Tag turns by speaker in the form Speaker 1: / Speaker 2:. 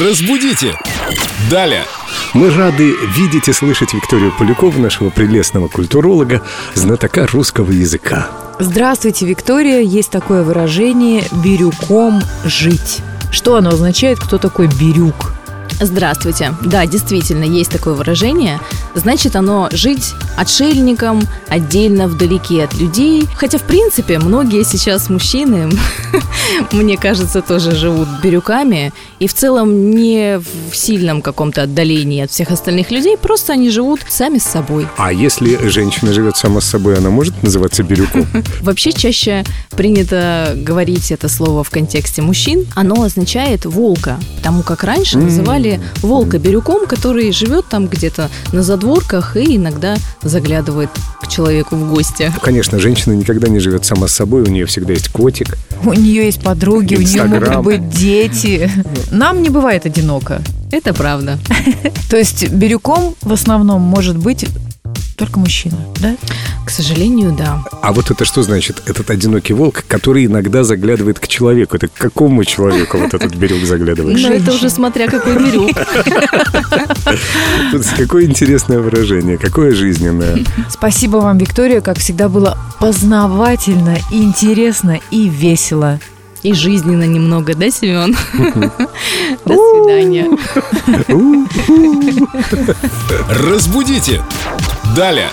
Speaker 1: Разбудите! Далее!
Speaker 2: Мы рады видеть и слышать Викторию Полякову, нашего прелестного культуролога, знатока русского языка.
Speaker 3: Здравствуйте, Виктория. Есть такое выражение «бирюком жить». Что оно означает? Кто такой бирюк?
Speaker 4: Здравствуйте. Да, действительно, есть такое выражение. Значит, оно жить отшельником, отдельно, вдалеке от людей. Хотя, в принципе, многие сейчас мужчины, мне кажется, тоже живут бирюками. И в целом не в сильном каком-то отдалении от всех остальных людей, просто они живут сами с собой.
Speaker 2: А если женщина живет сама с собой, она может называться бирюком?
Speaker 4: Вообще чаще принято говорить это слово в контексте мужчин. Оно означает волка, тому как раньше называли или волка бирюком, который живет там где-то на задворках и иногда заглядывает к человеку в гости.
Speaker 2: Конечно, женщина никогда не живет сама с собой, у нее всегда есть котик.
Speaker 3: У нее есть подруги, у нее
Speaker 2: Инстаграм.
Speaker 3: могут быть дети. Нам не бывает одиноко.
Speaker 4: Это правда.
Speaker 3: То есть бирюком в основном может быть только мужчина, да?
Speaker 4: К сожалению, да.
Speaker 2: А вот это что значит? Этот одинокий волк, который иногда заглядывает к человеку. Это к какому человеку вот этот бирюк заглядывает?
Speaker 4: Но это
Speaker 3: Женщина.
Speaker 4: уже смотря какой бирюк.
Speaker 2: Вот Какое интересное выражение, какое жизненное.
Speaker 3: Спасибо вам, Виктория. Как всегда, было познавательно, интересно и весело.
Speaker 4: И жизненно немного, да, Семен? До свидания.
Speaker 2: У.
Speaker 1: Разбудите! Далее!